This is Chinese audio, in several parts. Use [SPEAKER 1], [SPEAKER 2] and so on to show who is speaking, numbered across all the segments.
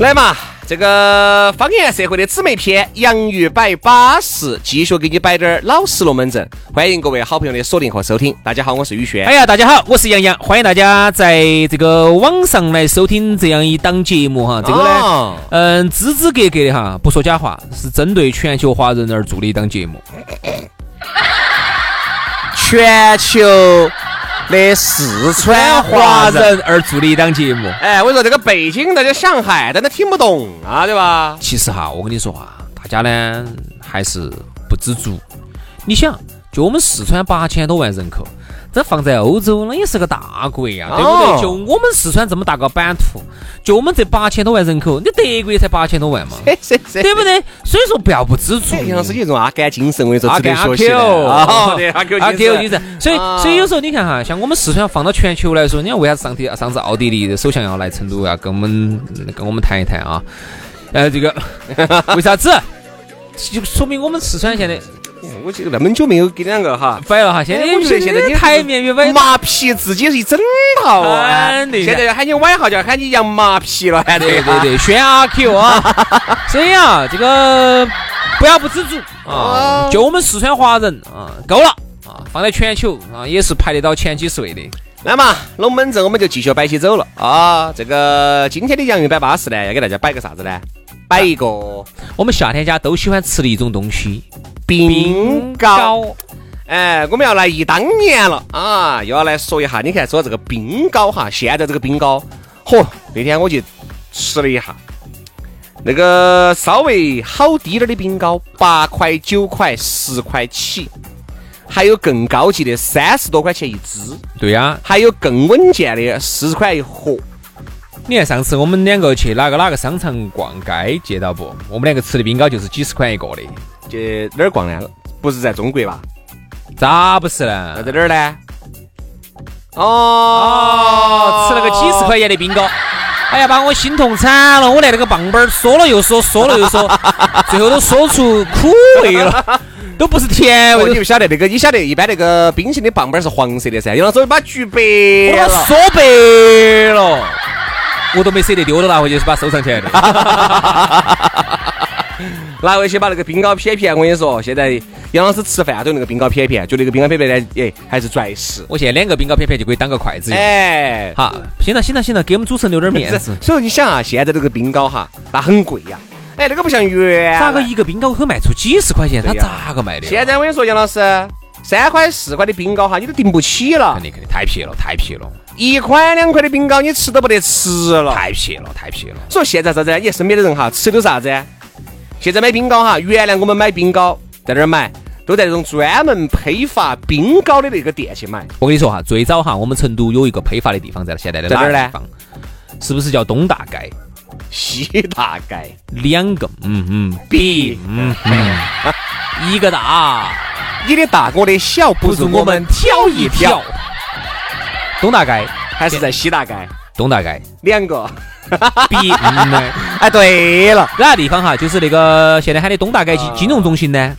[SPEAKER 1] 来嘛，这个方言社会的姊妹篇《洋芋摆巴适》，继续给你摆点儿老实龙门阵。欢迎各位好朋友的锁定和收听。大家好，我是宇轩。
[SPEAKER 2] 哎呀，大家好，我是杨洋，欢迎大家在这个网上来收听这样一档节目哈。这个
[SPEAKER 1] 哦
[SPEAKER 2] 呢，嗯，支支格格的哈，不说假话，是针对全球华人而做的一档节目。
[SPEAKER 1] 全球的四川华
[SPEAKER 2] 华
[SPEAKER 1] 人，
[SPEAKER 2] 人而做的一档节目。
[SPEAKER 1] 哎，我跟你说这个北京，大家上海，但他听不懂啊，对吧？
[SPEAKER 2] 其实哈，我跟你说啊，大家呢还是不知足。你想，就我们四川八千多万人口，这放在欧洲那也是个大国呀、对不
[SPEAKER 1] 哦
[SPEAKER 2] 对？就我们四川这么大个版图，就我们这八千多万人口，你德国也才八千多万嘛，
[SPEAKER 1] 嘿嘿嘿
[SPEAKER 2] 对不对？所以说不要不知足。
[SPEAKER 1] 哎杨老师，你这种阿甘精神，我跟你说，值得
[SPEAKER 2] 阿
[SPEAKER 1] 学习
[SPEAKER 2] Q，
[SPEAKER 1] 的哦对，阿 Q
[SPEAKER 2] 啊 阿 Q 精
[SPEAKER 1] 神。
[SPEAKER 2] 神，所以
[SPEAKER 1] 啊
[SPEAKER 2] 所以有时候你看哈，像我们四川放到全球来说，你看为啥子上次上次奥地利的首相要来成都要啊跟我们跟我们谈一谈啊？ 呃，这个为啥子？就说明我们四川现在
[SPEAKER 1] 我记得那么久没有跟两个哈，
[SPEAKER 2] 摆了哈，现在
[SPEAKER 1] 哎我觉得现在你
[SPEAKER 2] 台面越摆越大
[SPEAKER 1] 麻皮自己是一整套啊！
[SPEAKER 2] 肯定的
[SPEAKER 1] 现在喊你崴号就要喊你羊麻皮了， 喊
[SPEAKER 2] 哎对对对，选阿 Q 啊，所以啊，这个不要不知足啊，就我们四川华人啊，够了啊，放在全球啊也是排得到前几十位的。
[SPEAKER 1] 那么龙门阵我们就继续摆起走了啊！这个今天的洋芋摆巴适呢，要给大家摆个啥子呢？摆一个
[SPEAKER 2] 我们夏天家都喜欢吃的一种东西，
[SPEAKER 1] 冰糕。。哎，我们要来忆当年了啊！又要来说一下，你看说这个冰糕哈，现在这个冰糕，嚯，那天我去吃了一下，那个稍微好低点儿的冰糕，八块、九块、十块起，还有更高级的三十多块钱一只，
[SPEAKER 2] 对啊呀、
[SPEAKER 1] 还有更稳健的四十块一盒。
[SPEAKER 2] 你看上次我们两个去哪个哪个商场逛街，见到不？我们两个吃的冰糕就是几十块一个的，
[SPEAKER 1] 这哪儿逛呢？不是在中国吧？
[SPEAKER 2] 咋不是
[SPEAKER 1] 那
[SPEAKER 2] 呢？
[SPEAKER 1] 在哪儿呢？哦
[SPEAKER 2] 哦，吃了个几十块钱的冰糕，哎呀，把我心痛惨了！我拿那个棒棒儿嗦了又嗦，嗦了又 嗦，最后都嗦出苦味了，都不是甜
[SPEAKER 1] 哦，
[SPEAKER 2] 味，
[SPEAKER 1] 你
[SPEAKER 2] 都
[SPEAKER 1] 不晓得那个，你晓得一般那个冰淇淋的棒棒儿是黄色的噻，有老师把它举白
[SPEAKER 2] 我把它
[SPEAKER 1] 了。
[SPEAKER 2] 嗦白了，我都没舍得丢了，拿回去是把它收藏起来的。
[SPEAKER 1] 拿回去把那个冰糕片片，我跟你说，现在杨老师吃饭都用那个冰糕片片，就那个冰糕片片呢，哎，还是钻石。
[SPEAKER 2] 我现在两个冰糕片片就可以当个筷子用。
[SPEAKER 1] 哎，
[SPEAKER 2] 好，行了行了行了，给我们主持人留点面
[SPEAKER 1] 是
[SPEAKER 2] 子。
[SPEAKER 1] 所以你想啊，现在这个冰糕哈，那很贵呀、哎，那个不像原来
[SPEAKER 2] 咋个一个冰糕可以卖出几十块钱？他
[SPEAKER 1] 对呀
[SPEAKER 2] 咋个卖的？
[SPEAKER 1] 现在我跟你说，杨老师，三块四块的冰糕哈，你都订不起了
[SPEAKER 2] 肯。定肯定太撇了，太撇了，
[SPEAKER 1] 一块两块的冰糕你吃都不得吃了。
[SPEAKER 2] 太撇了，太撇了。
[SPEAKER 1] 所以现在啥子啊？你看身边的人哈，吃的都是啥子啊？现在买冰糕哈，原来我们买冰糕在哪儿买？都在那种专门批发冰糕的那个店去买。
[SPEAKER 2] 我跟你说哈，最早哈，我们成都有一个批发的地方，在现在的
[SPEAKER 1] 在哪儿呢
[SPEAKER 2] 个地方？是不是叫东大街？
[SPEAKER 1] 西大街
[SPEAKER 2] 两个，嗯嗯，
[SPEAKER 1] 比
[SPEAKER 2] 一个大，
[SPEAKER 1] 你的大，我的小，不如我们
[SPEAKER 2] 挑一挑。东大街，
[SPEAKER 1] 还是在西大街
[SPEAKER 2] 东大街，
[SPEAKER 1] 两 个。
[SPEAKER 2] 比嗯呢？
[SPEAKER 1] 哎，对了，
[SPEAKER 2] 哪个地方哈？就是那个现在喊的东大街金金融中心呢？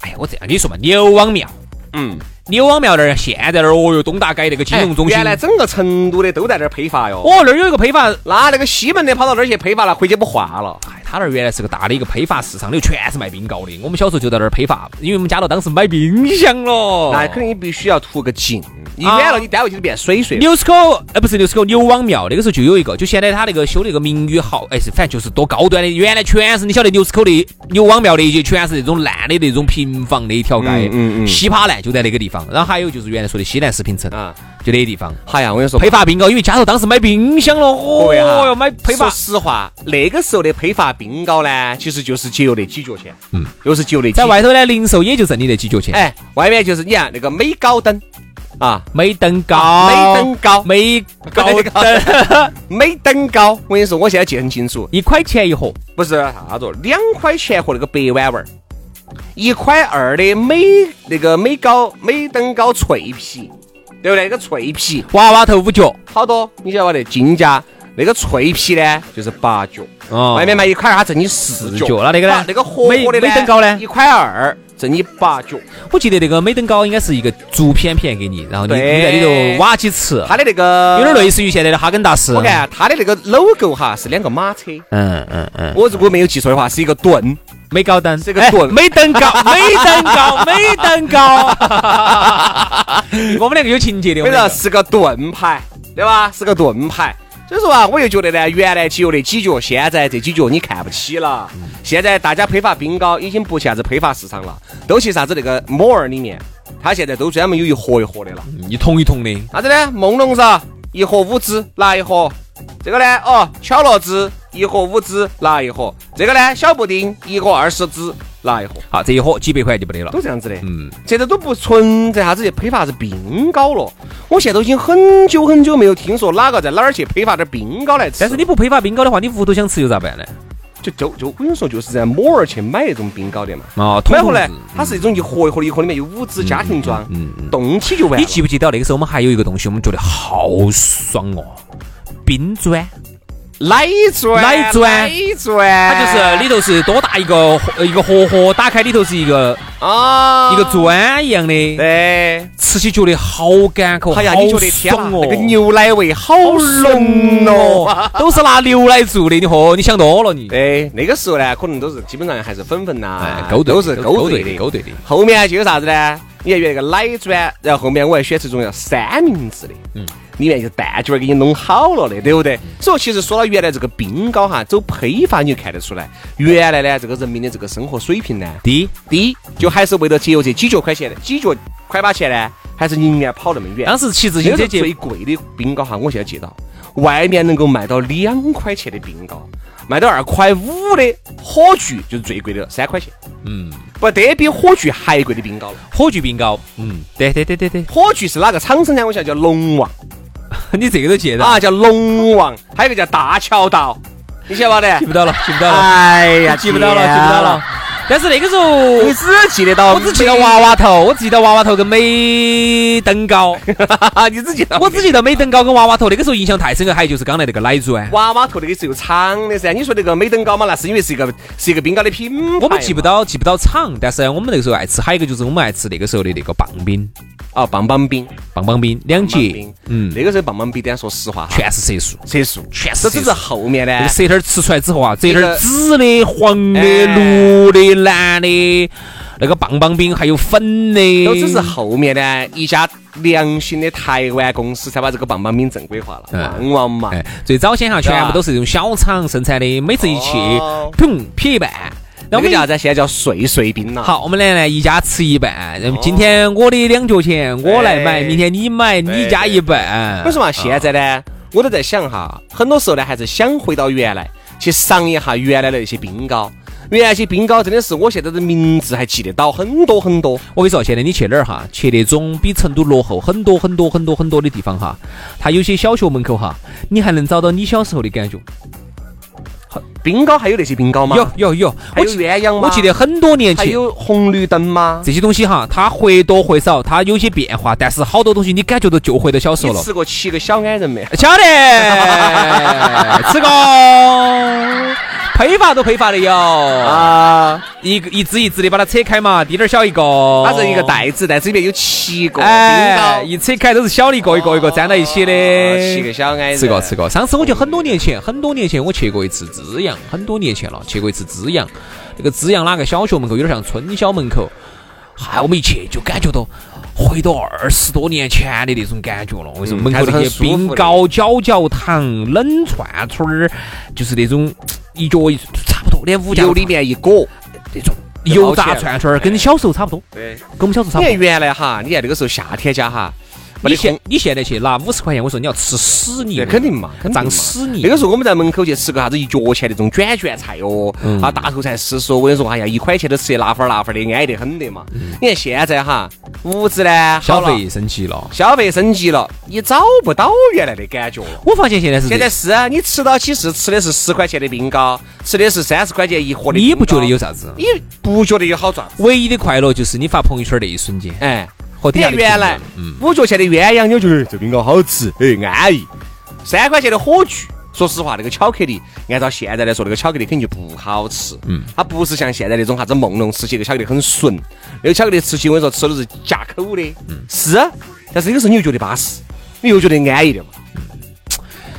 [SPEAKER 2] 哎呀，我这样跟你说嘛，牛王庙。
[SPEAKER 1] 嗯，哎
[SPEAKER 2] 牛王庙那儿现在那儿哦哟，东大街那个金融中心，
[SPEAKER 1] 原来整个成都的都在那儿批发哟。
[SPEAKER 2] 哦那儿有一个批发，
[SPEAKER 1] 那那个西门的跑到那儿去批发了，回去不换了。
[SPEAKER 2] 哎，他那儿原来是个大的一个批发市场，里头全是卖冰糕的。我们小时候就在那儿批发，因为我们家头当时买冰箱了。
[SPEAKER 1] 那肯定你必须要图个近，你
[SPEAKER 2] 哦啊
[SPEAKER 1] 远了你单位就变水水了。
[SPEAKER 2] 牛市口，呃，不是牛市口，牛王庙那个时候就有一个，就现在他那个修那个名宇号，哎，是反正就是多高端的。原来全是你晓得牛市口的牛王庙的，就全是那种烂的那种平房的一条街，
[SPEAKER 1] 嗯嗯嗯
[SPEAKER 2] 稀巴烂就在那个地方。然后还有就是原来说的西南食品城，
[SPEAKER 1] 啊，
[SPEAKER 2] 就那个地方
[SPEAKER 1] 哎呀，我跟你说，
[SPEAKER 2] 批发冰糕，因为家头当时买冰箱了，
[SPEAKER 1] 各
[SPEAKER 2] 哦
[SPEAKER 1] 位哈
[SPEAKER 2] 哟，买批发
[SPEAKER 1] 啊说实话，那个时候的批发冰糕呢，其实就是节约那几角钱，嗯，又是节约那几哎
[SPEAKER 2] 在外头呢，零售也就挣你那几角钱。
[SPEAKER 1] 哎，外面就是你看那个美高灯，啊，
[SPEAKER 2] 没登高，
[SPEAKER 1] 没登高，
[SPEAKER 2] 没高登，
[SPEAKER 1] 没登高。我跟你说，我现在记得很清楚，
[SPEAKER 2] 一块钱一盒，
[SPEAKER 1] 不是啥子，两块钱和那个百碗碗，一块二的美那个美高美登高脆皮，对不对？那个脆皮
[SPEAKER 2] 娃娃头五角，
[SPEAKER 1] 好多，你晓得不得？金家那个脆皮呢，就是八角，
[SPEAKER 2] 哦
[SPEAKER 1] 外面卖一块二，它挣你四角。
[SPEAKER 2] 角那那个呢
[SPEAKER 1] 啊那个活活的
[SPEAKER 2] 没没登高呢
[SPEAKER 1] 一块二挣你八角。
[SPEAKER 2] 我记得那个美登高应该是一个竹片片给你，然后你
[SPEAKER 1] 对
[SPEAKER 2] 你在里头挖起吃，
[SPEAKER 1] 它的那个
[SPEAKER 2] 有点类似于现在的哈根达斯。
[SPEAKER 1] 我看它的那个 logo 哈是两个马车，
[SPEAKER 2] 嗯嗯嗯，
[SPEAKER 1] 我如果没有记错的话是一个盾，
[SPEAKER 2] 没高登，
[SPEAKER 1] 这个盾
[SPEAKER 2] 哎没 登高，没登高，没登高。我们两个有情节的，我
[SPEAKER 1] 没
[SPEAKER 2] 们
[SPEAKER 1] 得
[SPEAKER 2] 两个
[SPEAKER 1] 是个盾牌，对吧？是个盾牌。所以说啊，我就觉得呢，原来只有那几角，现在这几角你看不起了。现在大家批发冰糕已经不去啥子批发市场了，都去啥子那个摩尔里面，它现在都专门有一盒一盒的了。
[SPEAKER 2] 一桶一桶的。
[SPEAKER 1] 啥子呢？梦龙噻，一盒五只，拿一盒。这个呢，哦，巧乐兹一盒五只，拿一盒。这个呢，哦小布丁一盒二十只，拿一盒。
[SPEAKER 2] 好，这一盒几百块就没得了。
[SPEAKER 1] 都这样子的。
[SPEAKER 2] 嗯，
[SPEAKER 1] 现在都不存在啥子去批发啥子冰糕了。我现在都已经很久很久没有听说哪个在哪儿去批发点冰糕来吃。
[SPEAKER 2] 但是你不批发冰糕的话，你屋头想吃又咋办呢？
[SPEAKER 1] 就就就我跟你说，就是在摩尔去买那种冰糕的嘛。
[SPEAKER 2] 哦，
[SPEAKER 1] 买
[SPEAKER 2] 桶
[SPEAKER 1] 回来
[SPEAKER 2] 子，
[SPEAKER 1] 它是一种一盒一盒的，一盒里面有五只家庭装
[SPEAKER 2] 嗯嗯，
[SPEAKER 1] 冻起就完
[SPEAKER 2] 你
[SPEAKER 1] 了。
[SPEAKER 2] 记不记得那个时候我们还有一个东西，我们觉得好爽哦，冰砖，
[SPEAKER 1] 奶砖，
[SPEAKER 2] 奶砖
[SPEAKER 1] 奶砖，
[SPEAKER 2] 它就是里头是多大一个呃一个盒盒，打开里头是一个
[SPEAKER 1] 啊，
[SPEAKER 2] 一个。砖一样的，
[SPEAKER 1] 对，
[SPEAKER 2] 吃起觉得好干口，
[SPEAKER 1] 哎呀，
[SPEAKER 2] 好
[SPEAKER 1] 你觉得天哪
[SPEAKER 2] 爽哦，
[SPEAKER 1] 那个牛奶味好
[SPEAKER 2] 好
[SPEAKER 1] 浓
[SPEAKER 2] 浓
[SPEAKER 1] 哦。
[SPEAKER 2] 哦， 都是拿牛奶做的，你喝，你想多了你。
[SPEAKER 1] 对，那个时候呢，可能都是基本上还是粉粉呐
[SPEAKER 2] 哎，勾兑
[SPEAKER 1] 都是
[SPEAKER 2] 的
[SPEAKER 1] 勾
[SPEAKER 2] 勾
[SPEAKER 1] 兑
[SPEAKER 2] 兑
[SPEAKER 1] 的，
[SPEAKER 2] 的勾兑的
[SPEAKER 1] 后面就有啥子呢？你还原那个奶砖，然后后面我还选吃一种叫三明治的，嗯，里面就蛋卷儿给你弄好了的，对不对？所以其实说到原来这个冰糕哈，走批发你就看得出来，原来呢这个人民的这个生活水平呢
[SPEAKER 2] 低，
[SPEAKER 1] 低，就还是为了节约这几角块钱的几角块把钱呢，还是宁愿跑那么远。
[SPEAKER 2] 当时骑自
[SPEAKER 1] 那
[SPEAKER 2] 行
[SPEAKER 1] 个
[SPEAKER 2] 车
[SPEAKER 1] 最
[SPEAKER 2] 去，
[SPEAKER 1] 贵的冰糕哈，我现在记到，外面能够卖到两块钱的冰糕，卖到二块五的火炬就是最贵的了，三块钱。
[SPEAKER 2] 嗯，
[SPEAKER 1] 不得比火炬还贵的冰糕了。
[SPEAKER 2] 火炬冰糕，嗯，对对对对对，
[SPEAKER 1] 火炬是哪个厂生产？我想叫龙王
[SPEAKER 2] 你这个都记得
[SPEAKER 1] 啊，叫龙王，还有一个叫大桥道，你晓不晓得
[SPEAKER 2] 记？不到了，记不到了，
[SPEAKER 1] 哎呀，
[SPEAKER 2] 记不到了，记不到了。。但是那个时候，
[SPEAKER 1] 你只记得到，
[SPEAKER 2] 我只记得娃娃头，我只记得娃娃头跟美登高，
[SPEAKER 1] 娃， 你只记得
[SPEAKER 2] 我只记得美登高跟娃娃头。那个时候印象太深刻，还有就是刚才那个奶啊砖，
[SPEAKER 1] 娃娃头那个是有厂的噻。你说那个美登糕嘛，那是因为是一个是一个冰糕的品牌嘛。
[SPEAKER 2] 我们记不到记不到厂，但是我们那个时候爱吃，还有一个就是我们爱吃那个时候的那个棒冰，
[SPEAKER 1] 啊，棒棒冰，
[SPEAKER 2] 棒棒冰两
[SPEAKER 1] 棒棒
[SPEAKER 2] 节
[SPEAKER 1] 冰，，
[SPEAKER 2] 嗯，
[SPEAKER 1] 那个时候棒棒冰，但说实话哈，
[SPEAKER 2] 全是色素。
[SPEAKER 1] 色素，
[SPEAKER 2] 全
[SPEAKER 1] 这
[SPEAKER 2] 是
[SPEAKER 1] 只
[SPEAKER 2] 色
[SPEAKER 1] 是
[SPEAKER 2] 素
[SPEAKER 1] 后面
[SPEAKER 2] 这
[SPEAKER 1] 呢
[SPEAKER 2] 个。舌头吃出来之后啊，这
[SPEAKER 1] 这
[SPEAKER 2] 点
[SPEAKER 1] 个
[SPEAKER 2] 儿紫的、黄的、
[SPEAKER 1] 哎
[SPEAKER 2] 绿的、蓝的，那个棒棒冰还有粉的，
[SPEAKER 1] 都只是后面呢一家良心的台湾公司才把这个棒棒冰正规化了，旺
[SPEAKER 2] 嗯
[SPEAKER 1] 旺嘛。
[SPEAKER 2] 哎，最早先哈，
[SPEAKER 1] 对吧
[SPEAKER 2] 全部都是这种小厂生产的，每次一去
[SPEAKER 1] 哦，
[SPEAKER 2] 砰撇一半，
[SPEAKER 1] 那
[SPEAKER 2] 然后
[SPEAKER 1] 个
[SPEAKER 2] 我们
[SPEAKER 1] 叫啥子？现在叫碎碎冰了。，
[SPEAKER 2] 啊好，我们俩呢一家吃一半，然后今天我的两角钱我来买，
[SPEAKER 1] 哎
[SPEAKER 2] 明天你买，你加一半。
[SPEAKER 1] 为什么现在呢？我都在想哈，很多时候呢还是想回到原来去赏一下原来的那些冰糕。原来那些冰糕真的是我现在的名字还记得到很多很多。
[SPEAKER 2] 我跟你说，现在你去哪儿哈，去那种比成都落后很多很多很多很多的地方哈，它有些小学门口哈，你还能找到你小时候的感觉。
[SPEAKER 1] 冰糕还有那些冰糕吗？
[SPEAKER 2] 有，有有，
[SPEAKER 1] 还
[SPEAKER 2] 我
[SPEAKER 1] 有
[SPEAKER 2] 记
[SPEAKER 1] 鸳鸯吗？
[SPEAKER 2] 我记得很多年
[SPEAKER 1] 还
[SPEAKER 2] 前。
[SPEAKER 1] 有红绿灯吗？
[SPEAKER 2] 这些东西哈，它或多或少，它有些变化，但是好多东西你感觉到就回到小时候
[SPEAKER 1] 你
[SPEAKER 2] 了。
[SPEAKER 1] 吃过七个小矮人没？
[SPEAKER 2] 晓得，吃过， 批发都批发的有啊，
[SPEAKER 1] 啊，
[SPEAKER 2] 一个一只一只的把它扯开嘛，滴点儿小一个，
[SPEAKER 1] 它是一个，袋子，袋子里面有七个冰
[SPEAKER 2] 哦哎
[SPEAKER 1] 糕，，啊
[SPEAKER 2] 一扯开都是小的，一个一个一个粘到一起的，
[SPEAKER 1] 七个小矮人，
[SPEAKER 2] 吃过吃过，上次我就很多年前，很多年前我去过一次资阳，很多年前了，去过一次资阳。那个资阳哪个小学门口有点像春晓门口，嗨，我们一去就感觉到回到二十多年前的那种感觉了。我跟你说，
[SPEAKER 1] 嗯
[SPEAKER 2] 门口那
[SPEAKER 1] 还是很
[SPEAKER 2] 些
[SPEAKER 1] 舒服的
[SPEAKER 2] 冰糕、角角糖、冷串串儿，就是那种一脚一差不多，连五角
[SPEAKER 1] 油里面一裹。
[SPEAKER 2] 那种油炸串串儿，跟小时候差不多，
[SPEAKER 1] 对，
[SPEAKER 2] 跟我们小时候差
[SPEAKER 1] 你
[SPEAKER 2] 不
[SPEAKER 1] 看
[SPEAKER 2] 多。
[SPEAKER 1] 原来哈，你看那个时候夏天家哈，没
[SPEAKER 2] 你
[SPEAKER 1] 得
[SPEAKER 2] 现
[SPEAKER 1] 空。
[SPEAKER 2] 你现在去拿五十块钱，我说你要吃屎你
[SPEAKER 1] 那，肯定嘛，肯定嘛
[SPEAKER 2] 胀屎你
[SPEAKER 1] 那个时候我们在门口去吃个啥子一角钱那种卷卷菜哦，
[SPEAKER 2] 嗯
[SPEAKER 1] 啊大头菜丝说，我跟你说，哎呀，一块钱都吃得拉粉儿拉粉儿的，安逸得很的嘛。你看现在哈，物质呢
[SPEAKER 2] 嗯
[SPEAKER 1] 好
[SPEAKER 2] 消
[SPEAKER 1] 了
[SPEAKER 2] 费升级了。
[SPEAKER 1] 消费升级了，你找不到原来的感觉了。
[SPEAKER 2] 我发现现在是这
[SPEAKER 1] 现
[SPEAKER 2] 样
[SPEAKER 1] 在是啊，你吃到起是吃的是十块钱的冰糕，吃的是三十块钱一盒的。
[SPEAKER 2] 你也不觉得有？啥子，
[SPEAKER 1] 你不觉得有好赚？
[SPEAKER 2] 唯一的快乐就是你发朋友圈那一瞬间，
[SPEAKER 1] 哎，
[SPEAKER 2] 和底
[SPEAKER 1] 你
[SPEAKER 2] 下
[SPEAKER 1] 看
[SPEAKER 2] 的
[SPEAKER 1] 原来
[SPEAKER 2] 评论嗯，
[SPEAKER 1] 五角钱的鸳鸯，你就觉得哎这冰糕好吃，哎，安逸。三块钱的火炬，说实话，那个巧克力，按照现在来说，那个巧克力肯定就不好吃。嗯，它不是像现在那种啥子梦龙吃起那个巧克力很顺，那个巧克力吃起我跟你说吃的是夹口的。嗯，是，但是有时候你又觉得巴适，你又觉得安逸的嘛。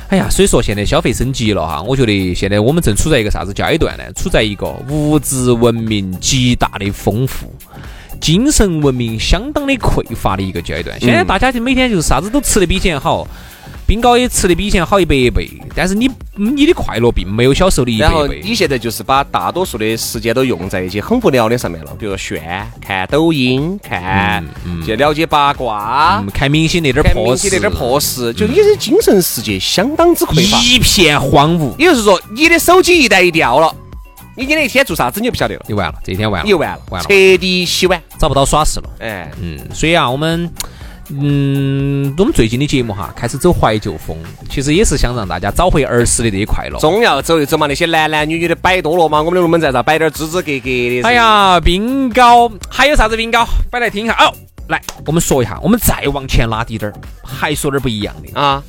[SPEAKER 2] 哎呀，所以说现在消费升级了哈，我觉得现在我们正处在一个啥子阶段呢？处在一个物质文明极大的丰富。精神文明相当的匮乏的一个阶段，现在
[SPEAKER 1] 嗯
[SPEAKER 2] 大家就每天就是啥子都吃得比以前好，冰糕也吃得比以前好一百倍，但是你嗯你的快乐并没有小时候的一百
[SPEAKER 1] 然后
[SPEAKER 2] 倍。
[SPEAKER 1] 你现在就是把大多数的时间都用在一些很无聊的上面了，比如炫、看抖音、看去了解八卦
[SPEAKER 2] 嗯，看明星那点儿
[SPEAKER 1] 看
[SPEAKER 2] 破
[SPEAKER 1] 啊明星
[SPEAKER 2] 事，嗯
[SPEAKER 1] 那点破事，就你的精神世界相当之匮乏。
[SPEAKER 2] 一片荒芜，
[SPEAKER 1] 也就是说，你的手机一旦一掉了，你今天一天做啥子你就不晓得了，
[SPEAKER 2] 你完了，这一天完
[SPEAKER 1] 你就
[SPEAKER 2] 了，
[SPEAKER 1] 完了，
[SPEAKER 2] 完了
[SPEAKER 1] 彻底洗碗。
[SPEAKER 2] 找不到耍事了。
[SPEAKER 1] 哎，
[SPEAKER 2] 嗯，所以啊，我们。嗯，我们最近的节目哈，开始走怀旧风，其实也是想让大家找回儿时的这一快乐。
[SPEAKER 1] 总要走一走嘛，那些男男女女的摆多了嘛，我们的龙门阵咋摆点儿支支格格的？
[SPEAKER 2] 哎，呀，冰糕还有啥子冰糕？摆来听一下哦。来，我们说一下，我们再往前拉低点儿，还说点儿不一样的。
[SPEAKER 1] 啊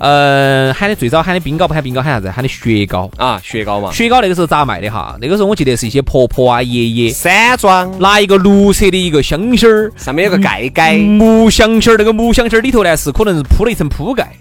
[SPEAKER 2] 呃，喊的最早喊的冰糕不喊冰糕，喊啥子？喊的雪糕。
[SPEAKER 1] 啊，雪糕嘛，
[SPEAKER 2] 雪糕那个时候咋卖的哈？那个时候我记得是一些婆婆啊、爷爷
[SPEAKER 1] 山庄
[SPEAKER 2] 拿一个绿色的一个箱箱儿，哎
[SPEAKER 1] 上面有个盖盖
[SPEAKER 2] 木箱箱儿，那个木箱箱儿里头呢是可能是铺了一层铺盖，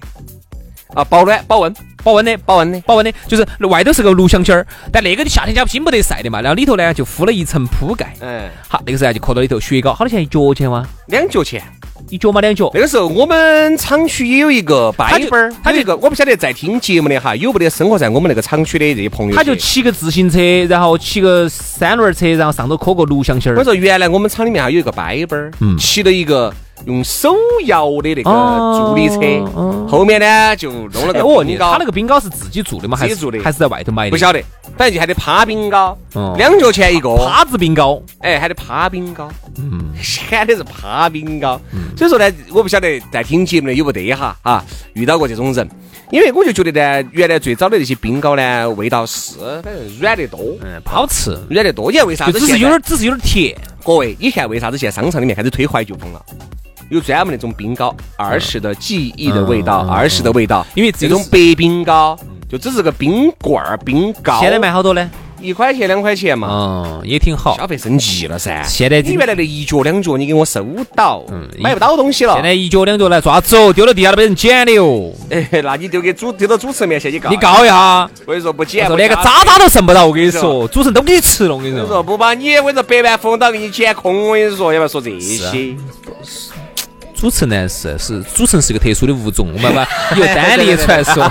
[SPEAKER 1] 啊，保暖保温
[SPEAKER 2] 保温的，
[SPEAKER 1] 保温的，
[SPEAKER 2] 保温的，就是外头是个炉香芯儿，但那个夏天家拼不得晒的嘛，然后里头呢就敷了一层铺盖，
[SPEAKER 1] 嗯，
[SPEAKER 2] 好，那个时候就搁到里头雪糕，好多钱一角钱吗？
[SPEAKER 1] 两角钱。
[SPEAKER 2] 一角吗？两角？
[SPEAKER 1] 那个时候我们厂区也有一个
[SPEAKER 2] 他
[SPEAKER 1] 掰
[SPEAKER 2] 就
[SPEAKER 1] 班儿，他
[SPEAKER 2] 他
[SPEAKER 1] 这个我不晓得在听节目的哈，有没得生活在我们那个厂区的这些朋友些。
[SPEAKER 2] 他就骑个自行车，然后骑个三轮车，然后上头扣个炉香芯
[SPEAKER 1] 我
[SPEAKER 2] 儿。
[SPEAKER 1] 说原来我们厂里面还有一个掰班儿，
[SPEAKER 2] 嗯
[SPEAKER 1] 骑了一个用手摇的那个
[SPEAKER 2] 哦
[SPEAKER 1] 助力车，
[SPEAKER 2] 哦
[SPEAKER 1] 后面呢就弄了
[SPEAKER 2] 哎
[SPEAKER 1] 个
[SPEAKER 2] 我问你，
[SPEAKER 1] 冰
[SPEAKER 2] 他
[SPEAKER 1] 糕
[SPEAKER 2] 那，个冰糕是自己做的吗？还是
[SPEAKER 1] 自己做的
[SPEAKER 2] 还是在外头买的？
[SPEAKER 1] 不晓得，反正就喊的趴冰糕
[SPEAKER 2] 哦，
[SPEAKER 1] 两角钱一个，
[SPEAKER 2] 趴子冰糕，
[SPEAKER 1] 哎，喊的趴冰糕，
[SPEAKER 2] 嗯，
[SPEAKER 1] 喊的是趴冰糕。所以说呢，我不晓得在听节目的有没得哈啊，遇到过这种人。因为我就觉得呢，原来最早的那些冰糕呢，味道是反正软得多，
[SPEAKER 2] 嗯，不好吃，
[SPEAKER 1] 软得多。你看为啥
[SPEAKER 2] 就
[SPEAKER 1] 子
[SPEAKER 2] 只是
[SPEAKER 1] 现
[SPEAKER 2] 有
[SPEAKER 1] 在
[SPEAKER 2] 点，只是有点甜。
[SPEAKER 1] 各位，你看为啥子现在商场里面开始推怀旧风了？有专门那种冰糕，儿时的记忆的味道，
[SPEAKER 2] 嗯嗯嗯
[SPEAKER 1] 儿时的味道。
[SPEAKER 2] 因为这
[SPEAKER 1] 这
[SPEAKER 2] 个
[SPEAKER 1] 种白冰糕，就只是个冰棍儿、冰糕，
[SPEAKER 2] 现在卖好多呢，
[SPEAKER 1] 一块钱、两块钱嘛。
[SPEAKER 2] 嗯，也挺好。
[SPEAKER 1] 消费升级了噻，
[SPEAKER 2] 现在
[SPEAKER 1] 你原来的一角两角，你给我收到
[SPEAKER 2] 嗯，一
[SPEAKER 1] 买不到东西了
[SPEAKER 2] 现。在一角两角来抓走，丢到地下都被人捡的哟。
[SPEAKER 1] 哎，那你丢给主丢到主持人面前去告，
[SPEAKER 2] 你，告一下。
[SPEAKER 1] 我跟你说不捡，
[SPEAKER 2] 我
[SPEAKER 1] 不
[SPEAKER 2] 说连个
[SPEAKER 1] 加
[SPEAKER 2] 渣。渣都剩不到，我跟你
[SPEAKER 1] 是
[SPEAKER 2] 说，主持人都给你吃了，我跟
[SPEAKER 1] 我
[SPEAKER 2] 你
[SPEAKER 1] 跟你
[SPEAKER 2] 说
[SPEAKER 1] 说。不把你，我跟你说百万富翁都给你捡空，我跟你说，要不要说这
[SPEAKER 2] 是啊
[SPEAKER 1] 些？
[SPEAKER 2] 主持人呢是是主持人是个特殊的物种，我 们把以后单列出来说。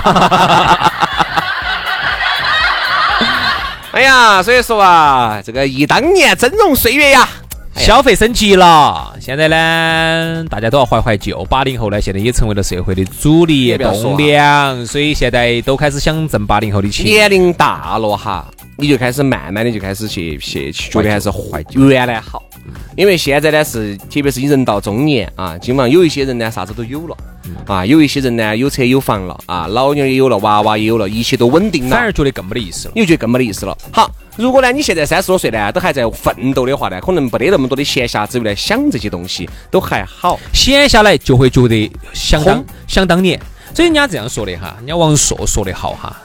[SPEAKER 1] 哎呀，所以说啊，这个忆当年峥嵘岁月呀，
[SPEAKER 2] 消费升级了，现在呢，大家都要怀怀旧。八零后呢，现在也成为了社会的主力
[SPEAKER 1] 也不要说啊
[SPEAKER 2] 栋梁，所以现在都开始想挣八零后的钱。
[SPEAKER 1] 年龄大了哈，你就开始慢慢的就开始去去去觉得还是
[SPEAKER 2] 怀
[SPEAKER 1] 原来好，因为现在呢是，特别是你人到中年啊，基本上有一些人呢啥子都有了。
[SPEAKER 2] 嗯
[SPEAKER 1] 啊，有一些人呢，有车有房了啊，老妞儿也有了，娃娃也有了，一切都稳定了，
[SPEAKER 2] 反而觉得更没得意思了。
[SPEAKER 1] 你就觉得更没得意思了。好，如果呢你现在三十多岁呢，都还在奋斗的话呢，可能没得那么多的闲暇之余来想这些东西，都还好。
[SPEAKER 2] 闲下来就会觉得想当
[SPEAKER 1] 空
[SPEAKER 2] 想当年。所以人家这样说的哈，人家王朔说的好哈，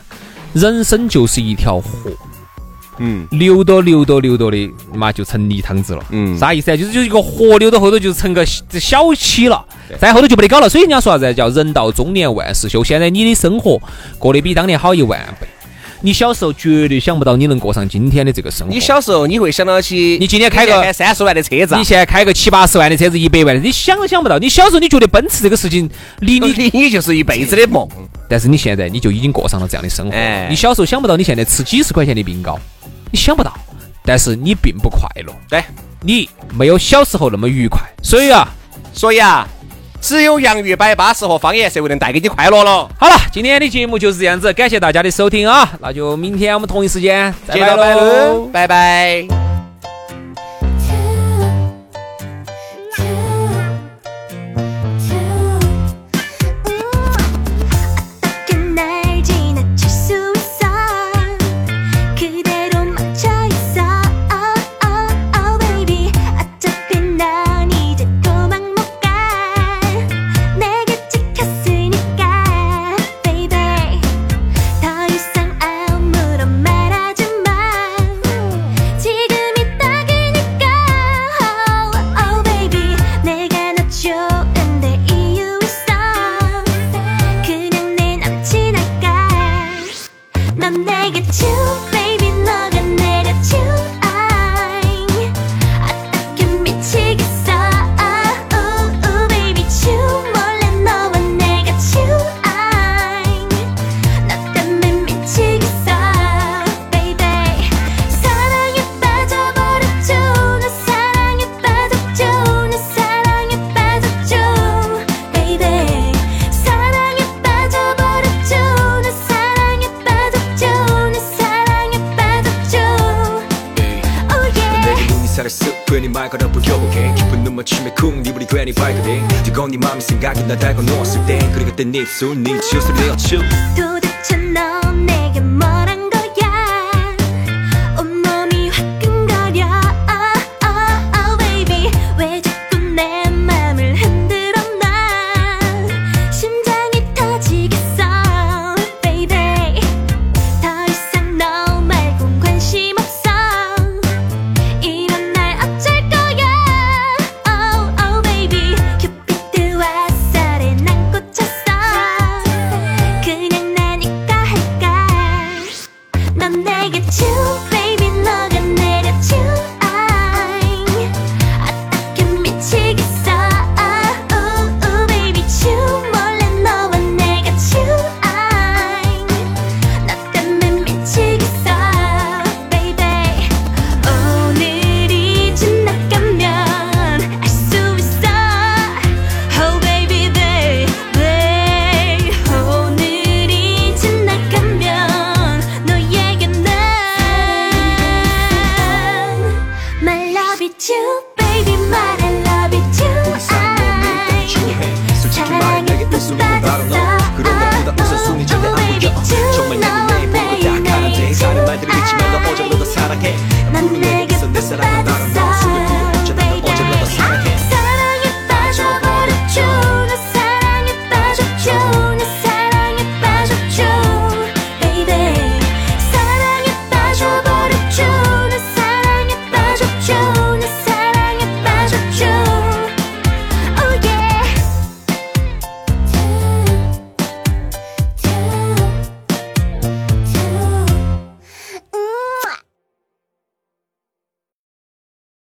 [SPEAKER 2] 人生就是一条河，
[SPEAKER 1] 嗯，
[SPEAKER 2] 流到流到流到的，妈就成泥汤子了。
[SPEAKER 1] 嗯
[SPEAKER 2] 啥意思啊？就是就是一个河流到后头就成个小小溪了，再后头就没得搞了。所以人家说啥子啊叫人到中年万事休。现在你的生活过得比当年好一万倍，你小时候绝对想不到你能过上今天的这个生活。
[SPEAKER 1] 你小时候你会想到起，
[SPEAKER 2] 你今天开个
[SPEAKER 1] 开三十万的车子啊
[SPEAKER 2] 你，现在开个七八十万的车子，一百万的，你想都想不到。你小时候你觉得奔驰这个事情离你
[SPEAKER 1] 你你就是一辈子的梦。
[SPEAKER 2] 但是你现在你就已经过上了这样的生活。
[SPEAKER 1] 哎
[SPEAKER 2] 你小时候想不到，你现在吃几十块钱的冰糕，你想不到，但是你并不快乐，
[SPEAKER 1] 对，
[SPEAKER 2] 你没有小时候那么愉快。所以啊，
[SPEAKER 1] 所以啊，只有洋芋摆巴适和方言社会能带给你快乐了。
[SPEAKER 2] 好了，今天的节目就是这样子，感谢大家的收听啊！那就明天我们同一时间再
[SPEAKER 1] 接
[SPEAKER 2] 拜
[SPEAKER 1] 着摆
[SPEAKER 2] 喽
[SPEAKER 1] 喽，。拜拜。
[SPEAKER 3] 어떻게 날 지나칠 수 있어 그대로 멈춰있어 Oh oh baby 어차피 난 이제 도망 못가 내게 찍혔으니까 baby 더 이상 아무런 말하지마 지금이 딱이니까 Oh baby 내가 너 좋은데 이유 있어 그냥 내 남친 할까 넌 내게 too baby 너가 내려 too I 어떻게 미치겠어 Oh oh baby too 몰래 너와 내가 too I 나 때문에 미치겠어 baby 사랑에 빠져버렸죠 나 사랑에 빠졌죠 나 사랑에 빠졌죠 baby 사랑에 빠져버렸죠 나 사랑에 빠졌죠 나 사랑에 빠졌죠 oh yeah
[SPEAKER 4] 내 인사를 쓱 괜히 말 걸어보 여보게 깊은 눈 맞춤에 쿵 니불이 괜히 밝거든 뜨거운 네 맘이 생각이 나 달고 누웠을 땐 그리고 땐네 입술 네 치우스를 내어치우
[SPEAKER 3] 또 Oh, Oh, Oh, Oh, Oh,